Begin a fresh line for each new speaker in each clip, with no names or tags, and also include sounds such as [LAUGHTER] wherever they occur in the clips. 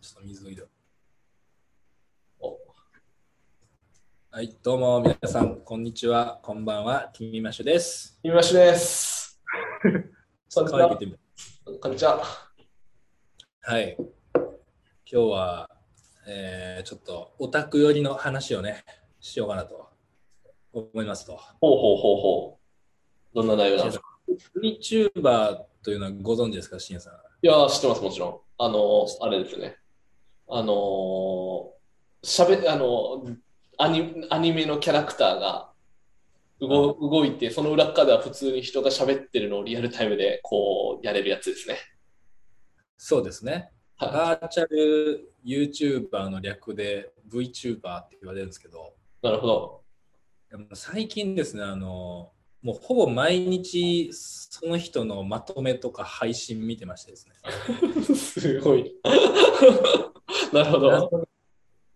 ちょっと水を入れようおはい、どうも皆さん、こんにちは、こんばんは、キミマシュです。
みまし [LAUGHS] です。こんにち
声か
は
け。てみる
こんにちは。
はい。今日は、えーちょっとオタク寄りの話をね、しようかなと思いますと。
ほうほうほうほう。どんな内容なんですか
VTuber というのはご存知ですか、しんさん。
いやー、知ってます、もちろん。あのー、あれですね。あのー、しゃべ、あのーアニ、アニメのキャラクターが動動いて、その裏っ側では普通に人が喋ってるのをリアルタイムでこうやれるやつですね。
そうですね。
は
バーチャル YouTuber の略で VTuber って言われるんですけど、
い。なるほ [LAUGHS] ど。
でも最近ですね、あの、もうほぼ毎日その人のまとめとか配信見てましてですね、
すご [LAUGHS] い。なるほど。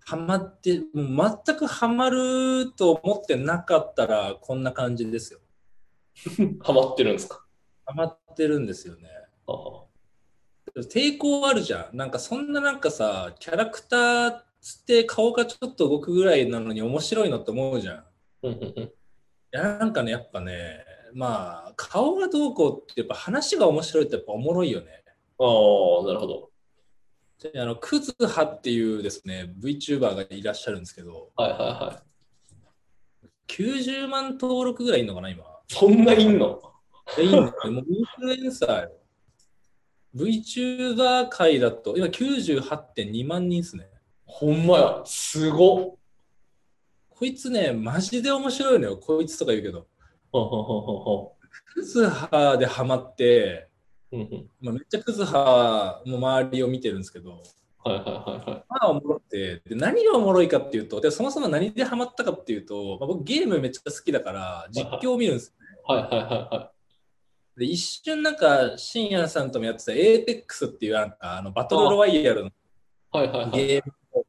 ハマって、もう全くハマると思ってなかったらこんな感じですよ。
ハマってるんですか
ハマってるんですよね。
あー
抵抗あるじゃん。なんかそんななんかさ、キャラクターつって顔がちょっと動くぐらいなのに面白いのって思うじゃん。い
うんうんうん。
や、なんかね、やっぱね、まあ、顔がどうこうってやっぱ話が面白いってやっぱおもろいよね。
ああ、なるほど。
であのクズハっていうですね VTuber がいらっしゃるんですけど
はいはいはい。
90万登録ぐらいいんのかな今
そんないんの
でいいんだよねもうインフルエンサーよ VTuber 界だと今98.2万人ですね
ほんまや、すごっ。
こいつねマジで面白いのよこいつとか言うけどクズハでハマって、
うんうん
まあ、めっちゃクズハの周りを見てるんですけど
はいはいはいはい。
まあおもろくてで何がおもろいかっていうとでそもそも何でハマったかっていうと、まあ、僕ゲームめっちゃ好きだから実況を見るんですよ
はいはいはいはい。
で一瞬なんか、深夜さんともやってた APEX っていうなんかあのバトルロワイヤルの
はいはいはい。
ゲームを、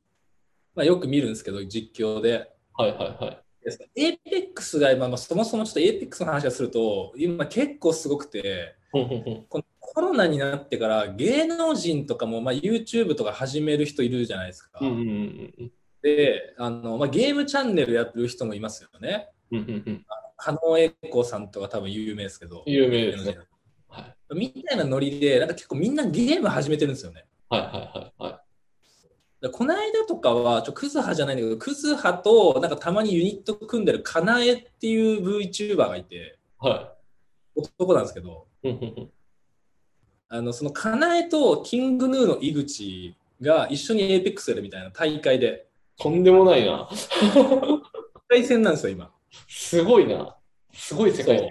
まあ、よく見るんですけど、実況で。
はいはいはい。
で APEX が今、まあ、そもそもちょっと APEX の話をすると、今結構すごくて、
ふんふんふん
このコロナになってから芸能人とかも、まあ、YouTube とか始める人いるじゃないですか。
うんうんうんうん
であの、まあ、ゲームチャンネルやってる人もいますよね。
うんうんうん。
狩野英孝さんとか多分有名ですけど。
有名ですね。はい
みたいなノリで、なんか結構みんなゲーム始めてるんですよね。
はいはいはい。はい
でこの間とかは、ちょクズハじゃないんだけど、クズハと、なんかたまにユニット組んでるかなえっていう VTuber がいて、
は
男なんですけど、
い。うんうんうん
あのそのかなえとキングヌーの井口が一緒に APEX やるみたいな大会で、
とんでもないな。
対戦なんですよ、今。
すごいな。すごい世界
そ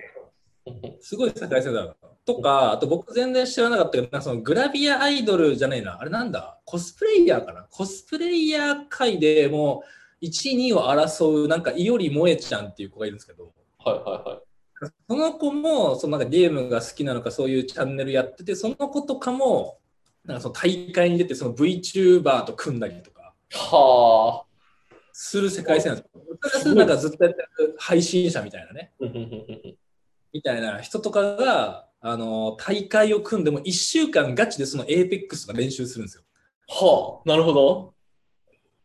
う
うんうん
すごい世界戦だな。とか、あと僕全然知らなかったけど、なんかそのグラビアアイドルじゃないな、あれなんだ、コスプレイヤーかな。コスプレイヤー界でもう1、2を争う、なんか、いより萌えちゃんっていう子がいるんですけど、
はいはいはい。
その子もそのなんかゲームが好きなのかそういうチャンネルやっててその子とかもなんかその大会に出てその VTuber と組んだりとか
はあ。
する世界線なんですよ。プラスなんかずっとやってる配信者みたいなね
うんうんうんうん
みたいな人とかがあの大会を組んでも1週間ガチでその APEX とか練習するんですよ。
はあ。なるほど。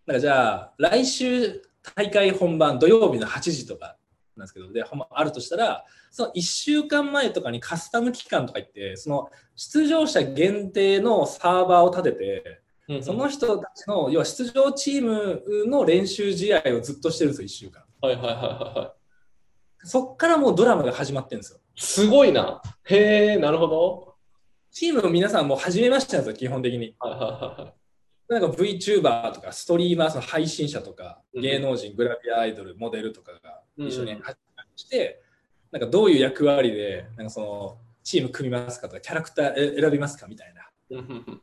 なんかじゃあ来週大会本番土曜日の8時とかなんですけどでほんまあるとしたらその1週間前とかにカスタム期間とか言ってその出場者限定のサーバーを立てて
うんうん
その人たちの要は出場チームの練習試合をずっとしてるんですよ1週間
はいはいはいはいは
そっからもうドラマが始まってるんですよ
い。すごいな。へえ、なるほど。
チームの皆さんもう始めましたんですよ基本的に
はいはいはいはい。
なんか VTuber とかストリーマーその配信者とか
うん
芸能人、グラビアアイドルモデルとかが
うん
一緒に発信して、なんかどういう役割でなんかそのチーム組みますかとかキャラクターえ選びますかみたいな
うんうんうんうん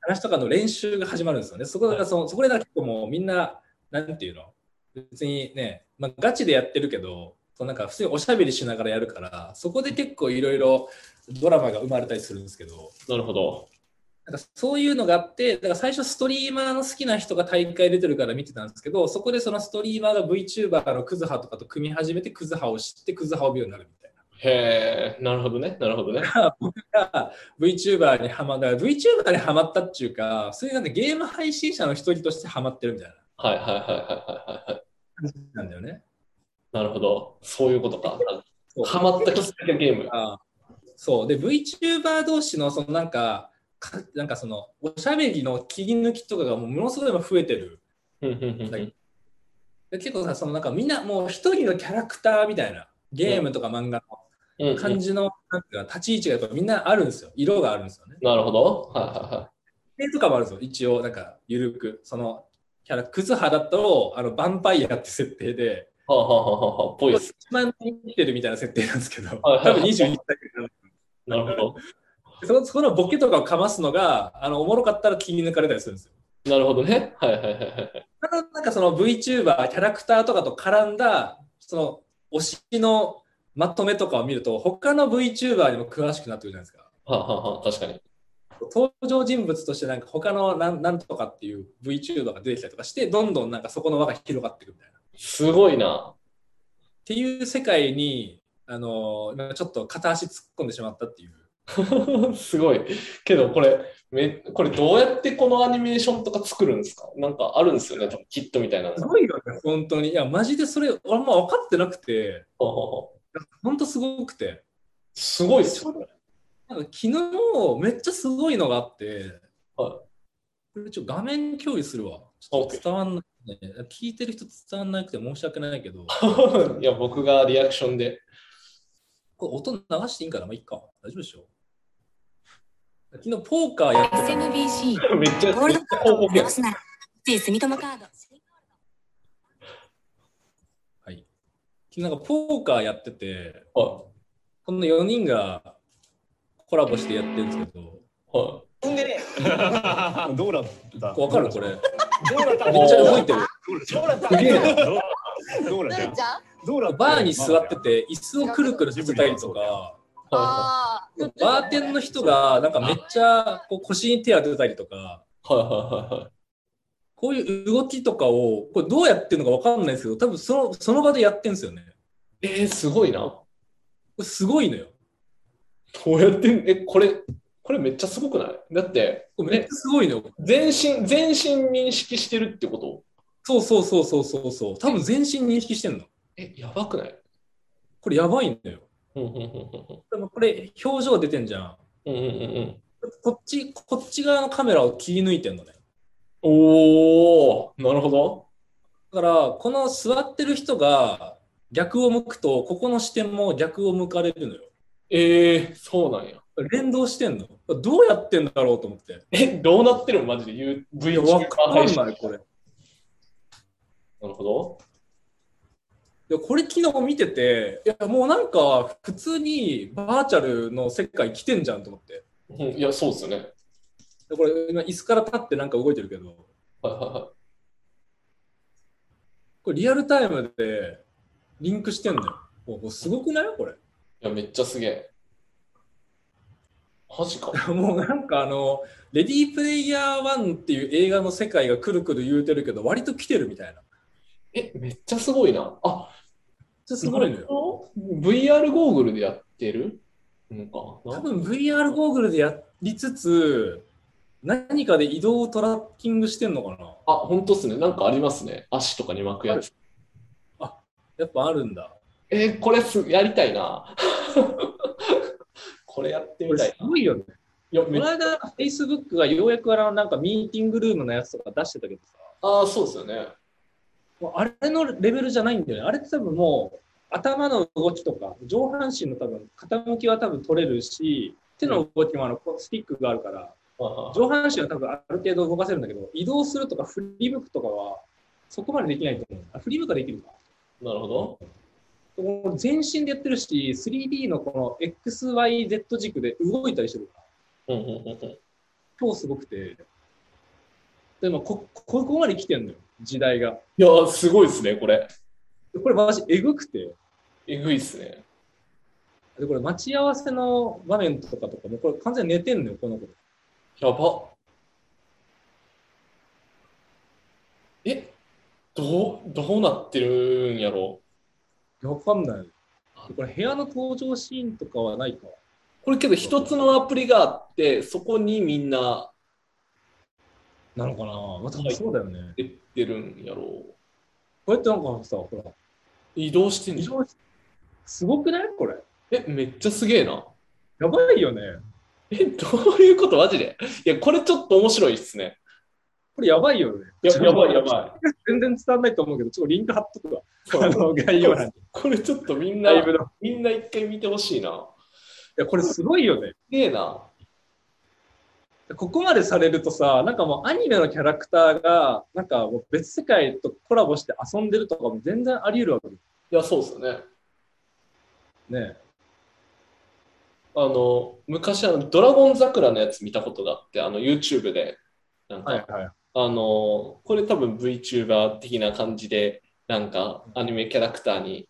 話とかの練習が始まるんですよねそこ
は
がそのそこでなんか結構もうみんななんていうの別にね、まあ、ガチでやってるけどそうなんか普通におしゃべりしながらやるからそこで結構いろいろドラマが生まれたりするんですけど。
なるほど。
なんかそういうのがあって、だから最初ストリーマーの好きな人が大会出てるから見てたんですけど、そこでそのストリーマーが VTuber のクズハとかと組み始めてクズハを知ってクズハを見るようになるみたいな。
へえ、なるほどね、なるほどね。
が VTuber にハマった、VTuber にハマったっていうか、そういうなんかゲーム配信者の一人としてハマってるみたいな
はいはいはいはいはいはい。
感じなんだよね。
なるほど。そういうことか。
そう
ハマったきっかけゲーム。
あそう。で、VTuber 同士の、そのなんか、かなんかその、おしゃべりの切り抜きとかがもうものすごい今増えてる。
うんうんうんうん
で結構さ、そのなんかみんなもう一人のキャラクターみたいな、ゲームとか漫画
うんう
の感
ん
じの、なんか立ち位置がやっぱみんなあるんですよ。色があるんですよね。
なるほど。はいはいは
系とかもあるんですよ。一応、なんか、ゆるく。その、キャラ、クズ派だと、あの、ヴァンパイアって設定で、
い。はあはあはあはあ。ぽいです。
1万人生きてるみたいな設定なんですけど、
はいはい
多分21歳ぐらいなんで
なるほ
その、そのボケとかをかますのが、あの、おもろかったら気に抜かれたりするんですよ。
ど。なるほどね。はいはいはいはい。
ただなんかその VTuber、キャラクターとかと絡んだ、その推しのまとめとかを見ると、他の VTuber にも詳しくなってくるじゃないですか。
はあはあはあ。確かに。
登場人物としてなんか他のなんなんとかっていう VTuber が出てきたりとかして、どんどんなんかそこの輪が広がっていくみたいな。っ
すごいな。 [LAUGHS]
ていう世界に、あのーちょっと片足突っ込んでしまったっていう。
すごい。けどこれ、めこれどうやってこのアニメーションとか作るんですかなんかあるんですよね。多分キットみたいなの
す
が。
ごいよね、本当に。いや、マジでそれ、俺も分かってなくて、
ほうほうほう
本当すごくて。
すごいっすよね。 [LAUGHS]
なんか昨日めっちゃすごいのがあって、
は
これちょっと画面共有するわ。ちょっと伝わんない、ね。聞いてる人伝わんなくて申し訳ないけど、
いや、僕がリアクションで。 [LAUGHS]
これ音流していいんかなまあいいか。大丈夫でしょ昨日ポーカーやってた
SMBC
めっちゃ、
ゴー
めっ
ル
ち
ドカ
ゃ
ー
広
ドを
告や
直すなら三井住友カード
昨日なんかポーカーやってて、
は
この4人がコラボしてやってるんですけど、
い。はい。
飛んでね
[LAUGHS] どうだった
わかるこれ。めっ
どうだった
ちゃ動いてる。
どうだった
すげえ
どうだ
ル
っ
ー
た
ちゃん
どうだった
バーに座ってて、椅子をくるくるさせたりとか、
は
あー
バーテンの人がなんかめっちゃこう腰に手当てたりとか、
いはいはいはい。
こういう動きとかを、これどうやってるのか分かんないですけど、多分そのその場でやってるんですよね。
えー、すごいな。ど
これすごいのよ。
うやってんえ、これ、これめっちゃすごくないだって、
これめっちゃすごいのよ。
全身、全身認識してるってこと
そうそうそうそうそうそう。多分全身認識してんの。
え、やばくない
これやばいのよ。
うんうんうん
でもこれ表情出てんじゃん。
うんうん。うんうんうん。
こっち、こっち側のカメラを切り抜いてんのね。
おー、なるほど。
だから、この座ってる人が逆を向くと、ここの視点も逆を向かれるのよ。
えー、そうなんや。
連動してんの。どうやってんだろうと思って。
え、どうなってるのマジで言う
いや、わ
VTuber
かんない、これ。
なるほど。
いやこれ昨日見てて、いやもうなんか普通にバーチャルの世界来てんじゃんと思って。
うん、いや、そうですよね。
でこれ今椅子から立ってなんか動いてるけど、
はいは
これリアルタイムでリンクしてんのよ。もうもうすごくないこれ。 [LAUGHS]
いはい。いや、めっちゃすげえ。マジか。
もうなんかあの、レディープレイヤー1っていう映画の世界がくるくる言うてるけど、割と来てるみたいな。
え、めっちゃすごいな。あ、
ちょっとすごいのよ。
VR ゴーグルでやってるのかな
多分 VR ゴーグルでやりつつ、何かで移動をトラッキングしてんのかな
あ、本当っすね。なんかありますね。足とかに巻くやつ。
やっぱあるんだ。
えーこれすやりたいな。 [LAUGHS] これやってみたいな。
ごいよね。
いや、
こ
め
の間、Facebook がようやくあのなんかミーティングルームのやつとか出してたけどさ、
ああ、そうですよね。
もうあれのレベルじゃないんだよね。あれって多分もう、頭の動きとか、上半身の多分、傾きは多分取れるし、手の動きもあの、こうスティックがあるから、
あー
上半身は多分ある程度動かせるんだけど、移動するとか振り向くとかは、そこまでできないと思う。あ振り向くはできるか。
なるほど。
でも全身でやってるし、3D のこの XYZ 軸で動いたりしてるから。
うんうんうんうん
今日すごくて、でもこ、ここまで来てんのよ、時代が。
いやー、すごいですね、これ。
これ、私、えぐくて、
えぐいっすね。
でこれ、待ち合わせの場面とかとか、もうこれ、完全に寝てんのよ、この子。
やば。え、どう、どうなってるんやろ
わかんない。
う。
これ部屋の登場シーンとかはないか。
これけど一つのアプリがあって、そこにみんな
なのかなまあ、多分そうだよね。
出てるんやろう。
こうやってなんかさ、ほら、
移動してん
異
じゃん。
常しすごくないこれ。
え、めっちゃすげえな。
やばいよね。
え、どういうことマジでいや、これちょっと面白いっすね。
これやばいよね。
ややばいやばい。
全然伝わんないと思うけど、ちょっとリンク貼っとくわ。
そう
あの概要欄に。
[LAUGHS] これちょっとみんな
ラ、イブの。い
みんな一回見てほしいな。
や、これすごいよね。
すげえな。
ここまでされるとさ、なんかもうアニメのキャラクターが、なんかもう別世界とコラボして遊んでるとかも全然あり得るわけだ
いや、そうですよね。
よね。
あの、昔、あの、ドラゴン桜のやつ見たことがあって、あの、YouTube で、なんか、
はいはい。
あの、これ多分 VTuber 的な感じで、なんか、アニメキャラクターに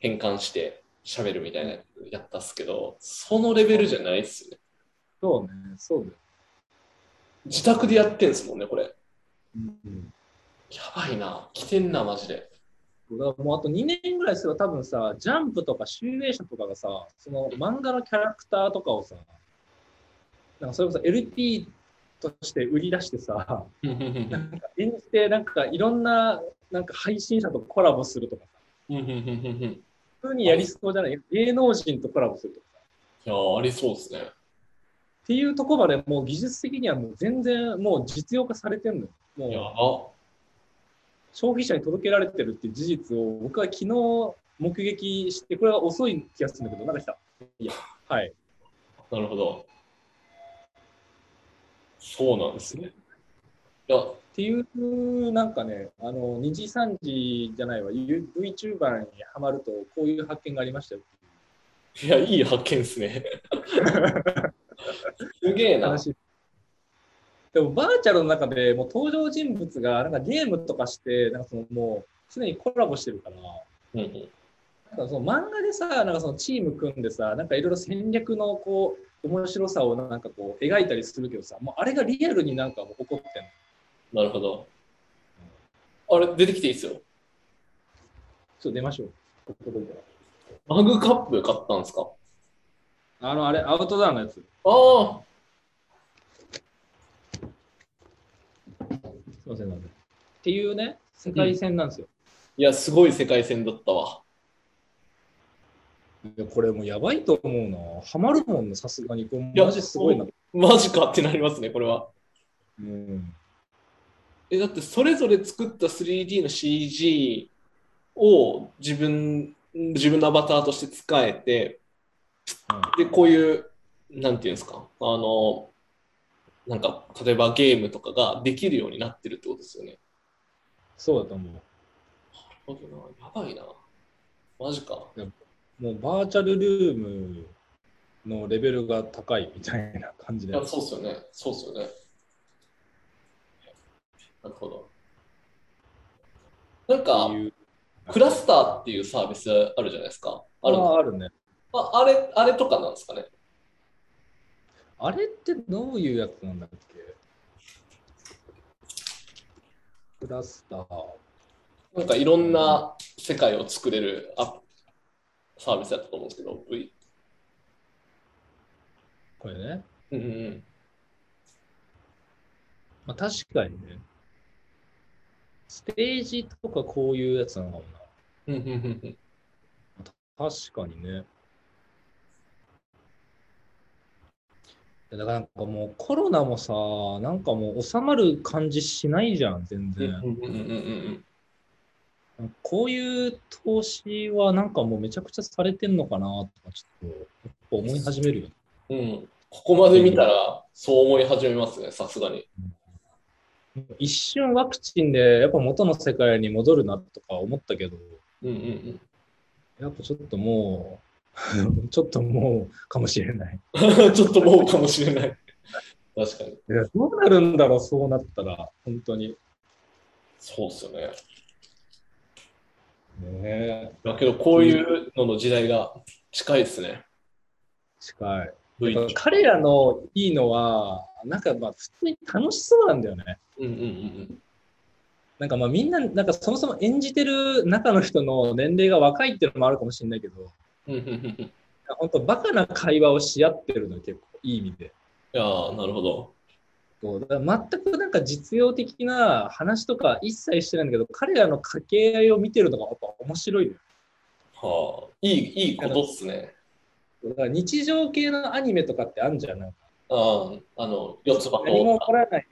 変換して喋るみたいなやつやったっすけど、そのレベルじゃないっすよね。
そうね、そうだよ。
自宅でやってんすもんね、これ。
うん
やばいな。来てんな、マジで。
だからもうあと2年ぐらいすれば多分さ、ジャンプとか集英社とかがさ、その漫画のキャラクターとかをさ、なんかそれこそ LP として売り出してさ、演じてなんかいろんななんか配信者とコラボするとかさ、
い
普通にやりそうじゃない芸能人とコラボするとかさ、
やー、ありそうですね。
っていうところまでもう技術的にはもう全然もう実用化されてるのよ。も
や
う
ば。
消費者に届けられてるっていう事実を僕は昨日目撃して、これは遅い気がするんだけど、なんか来た。いや、はい。
なるほど。そうなんですね。いや、
っていう、なんかね、あの、2時3時じゃないわ、ゆ VTuber にハマるとこういう発見がありましたよって
いや、いい発見ですね。すげえ
いう
な。
話。でもバーチャルの中でもう登場人物がなんかゲームとかして、なんかそのもう常にコラボしてるから、
うんうん
なんかその漫画でさ、なんかそのチーム組んでさ、なんかいろいろ戦略のこう面白さをなんかこう描いたりするけどさ、もうあれがリアルになんかもう起こってんの。
なるほど。あれ、出てきていいですよ。
ちょっと出ましょう。ここで
マグカップ買ったんですか
あの、あれ、アウトドアのやつ。
ああ、
すいません、なんで。っていうね、世界線なんですよ。
いや、すごい世界線だったわ。
いやこれもうやばいと思うな。ハマるもんな、さすがに。こ
いや
れマジすごいな。
マジかってなりますね、これは。
うん。
え、だってそれぞれ作った 3D の CG を自分、自分のアバターとして使えて、で、こういう、なんていうんですか、あの、なんか、例えばゲームとかができるようになってるってことですよね。
そうだと思
やばいな。マジか。
う。もうバーチャルルームのレベルが高いみたいな感じ
い
で。
や、そうっすよね。そうっすよね。なるほど。なんか、クラスターっていうサービスあるじゃないですか。あ
あ
る
ああるね。
ああれ、あれとかなんですかね。
あれってどういうやつなんだっけクラスター。
なんかいろんな世界を作れるアサービスだったと思うんですけど、V。
これね。
うんうん
まあ、確かにね。ステージとかこういうやつなのかも
うん。うんうんうんうん
な。確かにね。いやだからなんかもうコロナもさ、なんかもう収まる感じしないじゃん、全
うん
然。
うんうんうん
こういう投資はなんかもうめちゃくちゃされてんのかなとか、ちょっとやっぱ思い始めるよね
うんうんここまで見たら、そう思い始めますね、さすがに。
一瞬ワクチンでやっぱ元の世界に戻るなとか思ったけど、
うんうんうん。
やっぱちょっともう、 [LAUGHS] ちょっともうかもしれない。 [LAUGHS]
[LAUGHS] ちょっともうかもしれない。確かに。
いやどうなるんだろう、そうなったら、本当に。
そうっすよね。
ねえ
だけど、こういうのの時代が近いですね。
近い。
V
彼らのいいのは、なんかまあ普通に楽しそうなんだよね。
うんうんうん
なんかまあみんな、なんかそもそも演じてる中の人の年齢が若いっていうのもあるかもしれないけど、
うんうんうんうんい
本当バカな会話をし合ってるの結構いい意味で。
やーなるほど。
そうだから全くなんか実用的な話とか一切してないんだけど彼らの掛け合いを見てるのがやっぱ面白いのよ
はあ、いい、いいことっすね。
だから日常系のアニメとかってあるじゃんなんか
ああの、四つ葉
何も
の
起。こらない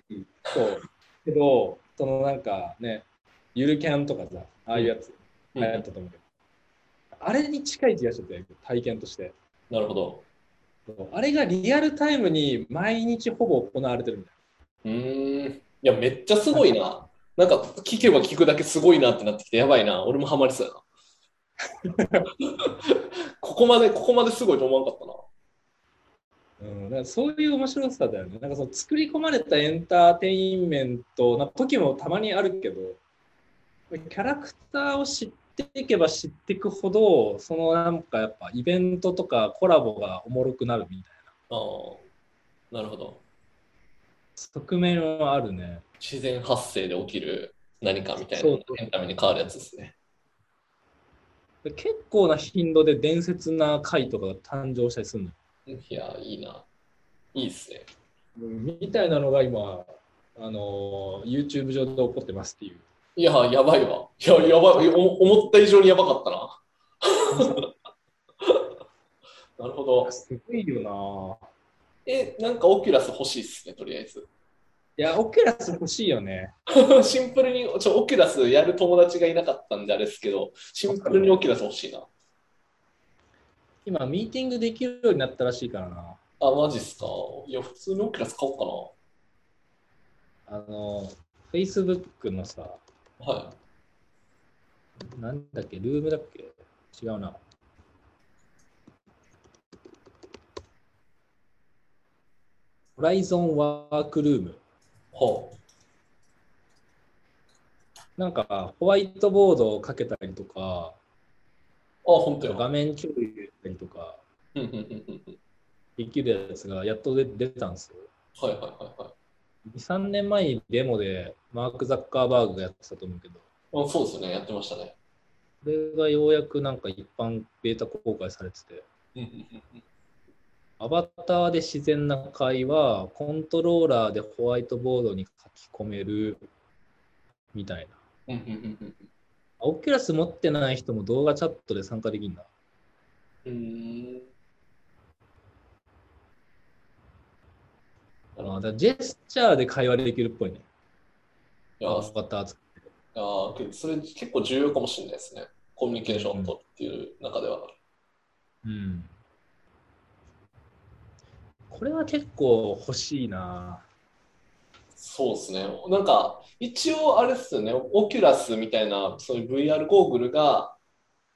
そうけどそのなんかねゆるキャンとかさああいうやつ
う
流
ん
行ったと思うけど、あれに近い気がしてて体験として
なるほど。
そうあれがリアルタイムに毎日ほぼ行われてるみたいう
ーん。いや、めっちゃすごいな。なんか、聞けば聞くだけすごいなってなってきて、やばいな。俺もハマりそうや
[LAUGHS]
な。ここまで、ここまですごいと思わなかったな。
な,、うん、だからそういう面白さだよねなんかその作り込まれたエンターテインメントな時もたまにあるけどキャラクターを知っていけば知っていくほどそのなんかやっぱイベントとかコラボがおもろくなるみたいな
ああ、なるほど。
側面はあるね
自然発生で起きる何かみたい
そ
な
うそう
エンタメに変わるやつですね。
結構な頻度で伝説な回とかが誕生したりするの
いや、いいな。いいっすね。
みたいなのが今、あのー YouTube 上で起こってますっていう。
いや、やばいわ。いや、やばい。お思った以上にやばかっ
[LAUGHS]
たな。なるほど。
すごいよな
え、なんかオキュラス欲しいっすね、とりあえず。
いや、オキュラス欲しいよね。
シンプルに、ちょ、オキュラスやる友達がいなかったんであれですけど、シンプルにオキュラス欲しいな。
今、ミーティングできるようになったらしいからな。
あ、マジっすか。いや、普通にオキュラス買おう
あのー、Facebook のさ、
かな。はい。
なんだっけ、ルームだっけ違うな。ホライゾンワークルーム。
ほ
なんか、ホワイトボードをかけたりとか、
う。あ、本当
画
や。
面共有やったりとか、
うんうんうんうんうん。
できるやつがやっと出出たんですよ。
はいはいはいはい。
2、3年前にデモでマーク・ザッカーバーグがやってたと思うけど、
あそうですよね、やってましたね。
それがようやくなんか一般ベータ公開されてて、
うんうんうんうん
アバターで自然な会話、コントローラーでホワイトボードに書き込めるみたいな。
うんうんうん
あオキュラス持ってない人も動画チャットで参加できるんだ。
うん。うーん。
あだからジェスチャーで会話できるっぽいね。
いや
アバター使って
ああ、けどそれ結構重要かもしれないですね。コミュニケーションとっていう中では。
うんこれは結構欲しいな。
そうですね。なんか、一応あれですよね、オキュラスみたいな、そういう VR ゴーグルが、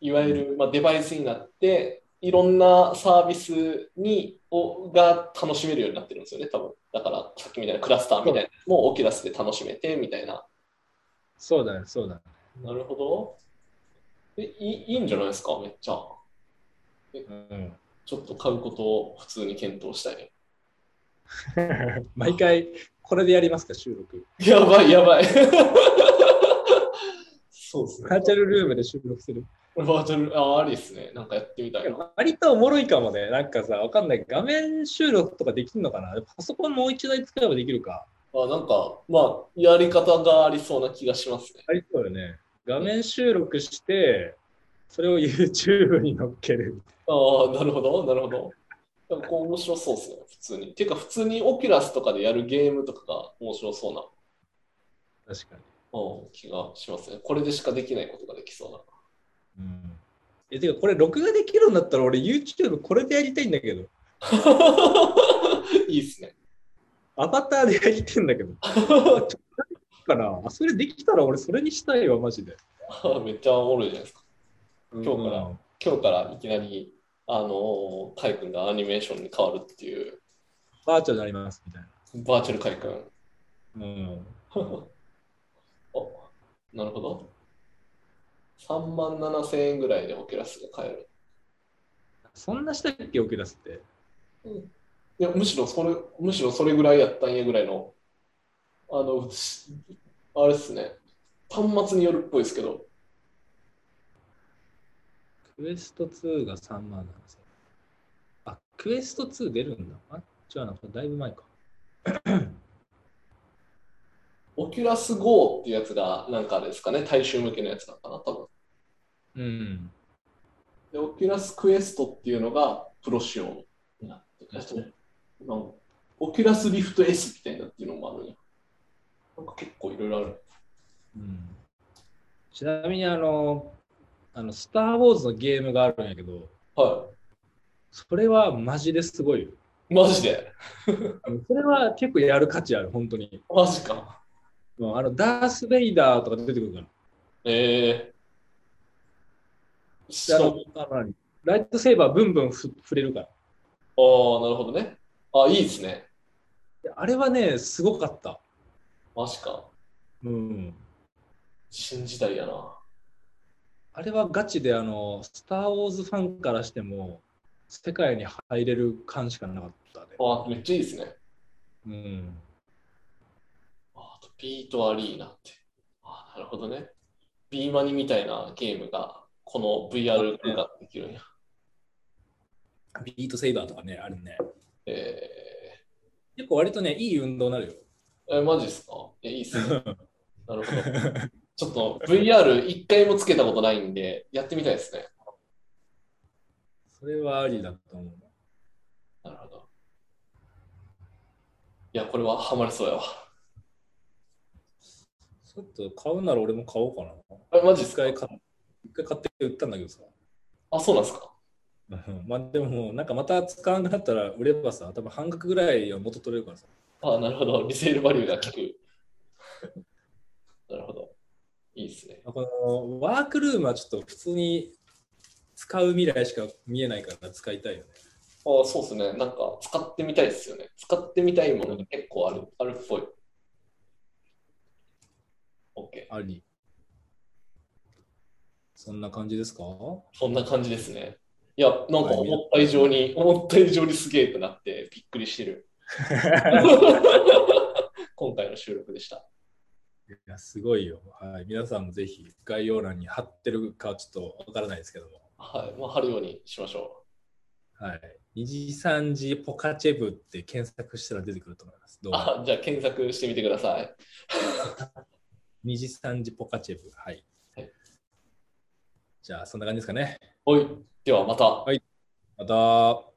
いわゆる、まあ、デバイスになって、いろんなサービスにをが楽しめるようになってるんですよね、多分。だから、さっきみたいなクラスターみたいなのもオキュラスで楽しめてみたいな。
そうだね、そうだね。
なるほど。え、いいいいんじゃないですか、めっちゃ。
うん、
ちょっと買うことを普通に検討したい。
毎回、これでやりますか、収録。
やばいやばい。 [LAUGHS] そうですね。
バーチャルルームで収録する。
バーチャル、あ、ありですね。なんかやってみたいな。
割とおもろいかもね。なんかさ、わかんない。画面収録とかできるのかなパソコンもう一台使えばできるか。
あなんか、まあ、やり方がありそうな気がしますね。
ありそうよね。画面収録して、それを YouTube に載っける。
ああ、なるほど、なるほど。なんかこう面白そうですね、普通に。てか、普通にオキュラスとかでやるゲームとかが面白そうな
確か
うん気がしますね。これでしかできないことができそうな。
に。うん。え、てか、これ録画できるんだったら、俺 YouTube これでやりたいんだけど。
[LAUGHS] いいですね。 [LAUGHS]
アバターでやりてんだけど。ちょから、あそれできたら俺それにしたいわ、マジで。
めっちゃおもろいじゃないですか。今日から
うん
今日からいきなり、あのー、カイ君がアニメーションに変わるっていう、
バーチャルになります、みたいな。
バーチャルカイ君。
う
[LAUGHS]
ん。
おなるほど。3万7千円ぐらいでオキュラスが買える。
そんなしたっけ、オキュラスって。
いや、むしろそれ、むしろそれぐらいやったんやぐらいの、あの、しあれっすね、端末によるっぽいですけど、
クエスト2が3万7000あ、クエスト2出るんだ。あ、違うな、これだいぶ前か。
オキュラス GO っていうやつが、なんかですかね、大衆向けのやつだったな、多分。
うん。
で、オキュラスクエストっていうのがプロ仕様になってて、なんかオキュラスリフト S みたいなっていうのもあるね。なんか結構いろいろある。
うん、ちなみにあの、あの、スター・ウォーズのゲームがあるんやけど、
は
それはマジですごいよ。
い。マジで
それは結構やる価値ある、本当に。
マジか。
うんあの、ダース・ベイダーとか出てくるから。
えー。し
であ
か
の
も、
あの何ライトセーバーブンブンふ触れるから
ああ、なるほどね。あいいですね。
で。あれはね、すごかった。
マジか。
うん。
新時代やな。
あれはガチで、あの、スター・ウォーズファンからしても、世界に入れる感しかなかったね。
あめっちゃいいですね。
うん。
ああと、ビートアリーナって。あなるほどね。ビーマニみたいなゲームが、この VR 空間でできるんや。
ビートセイバーとかね、あるね。
え
結構割とね、いい運動になるよ。
ー、え、マジですかえ、いいっ
[LAUGHS]
すね。なるほど。ちょっと VR 一回もつけたことないんで、やってみたいですね。
それはありだと思う。
なるほど。いや、これはハマりそうやわ。
ちょっと買うなら俺も買おうかな。
え、マジっ
一
すか
回買っ一回買って売ったんだけどさ。
あ、そうなんですか
うんまあでも、なんかまた使わなくなったら売ればさ、多分半額ぐらいは元取れるからさ。
あ、なるほど。リセールバリューが効く。なるほど。いいですね。
このワークルームはちょっと普通に使う未来しか見えないから使いたいよね。
ああ、そうですね。なんか使ってみたいですよね。使ってみたいものが結構ある、あるっぽい。OK。
あり。そんな感じですか
そんな感じですね。いや、なんか思った以上に、思った以上にすげえってなってびっくりしてる。今回の収録でした。
いや、すごいよ。はい。皆さんもぜひ概要欄に貼ってるかちょっとわからないですけども。
はい。まあ、貼るようにしましょ
はい。二次三次ポカチェブって検索したら出てくると思います。どう
う。
も。
あじゃあ検索してみてください。
二次三次ポカチェブ。はい。
はい
じゃあ、そんな感じですかね。
はい。ではまた。
いまた。